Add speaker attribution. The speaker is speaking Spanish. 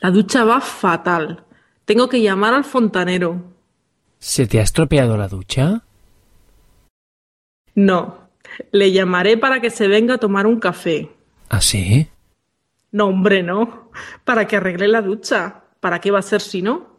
Speaker 1: La ducha va fatal. Tengo que llamar al fontanero.
Speaker 2: ¿Se te ha estropeado la ducha?
Speaker 1: No, le llamaré para que se venga a tomar un café.
Speaker 2: ¿Ah, sí?
Speaker 1: No, hombre, no. Para que arregle la ducha. ¿Para qué va a ser si no?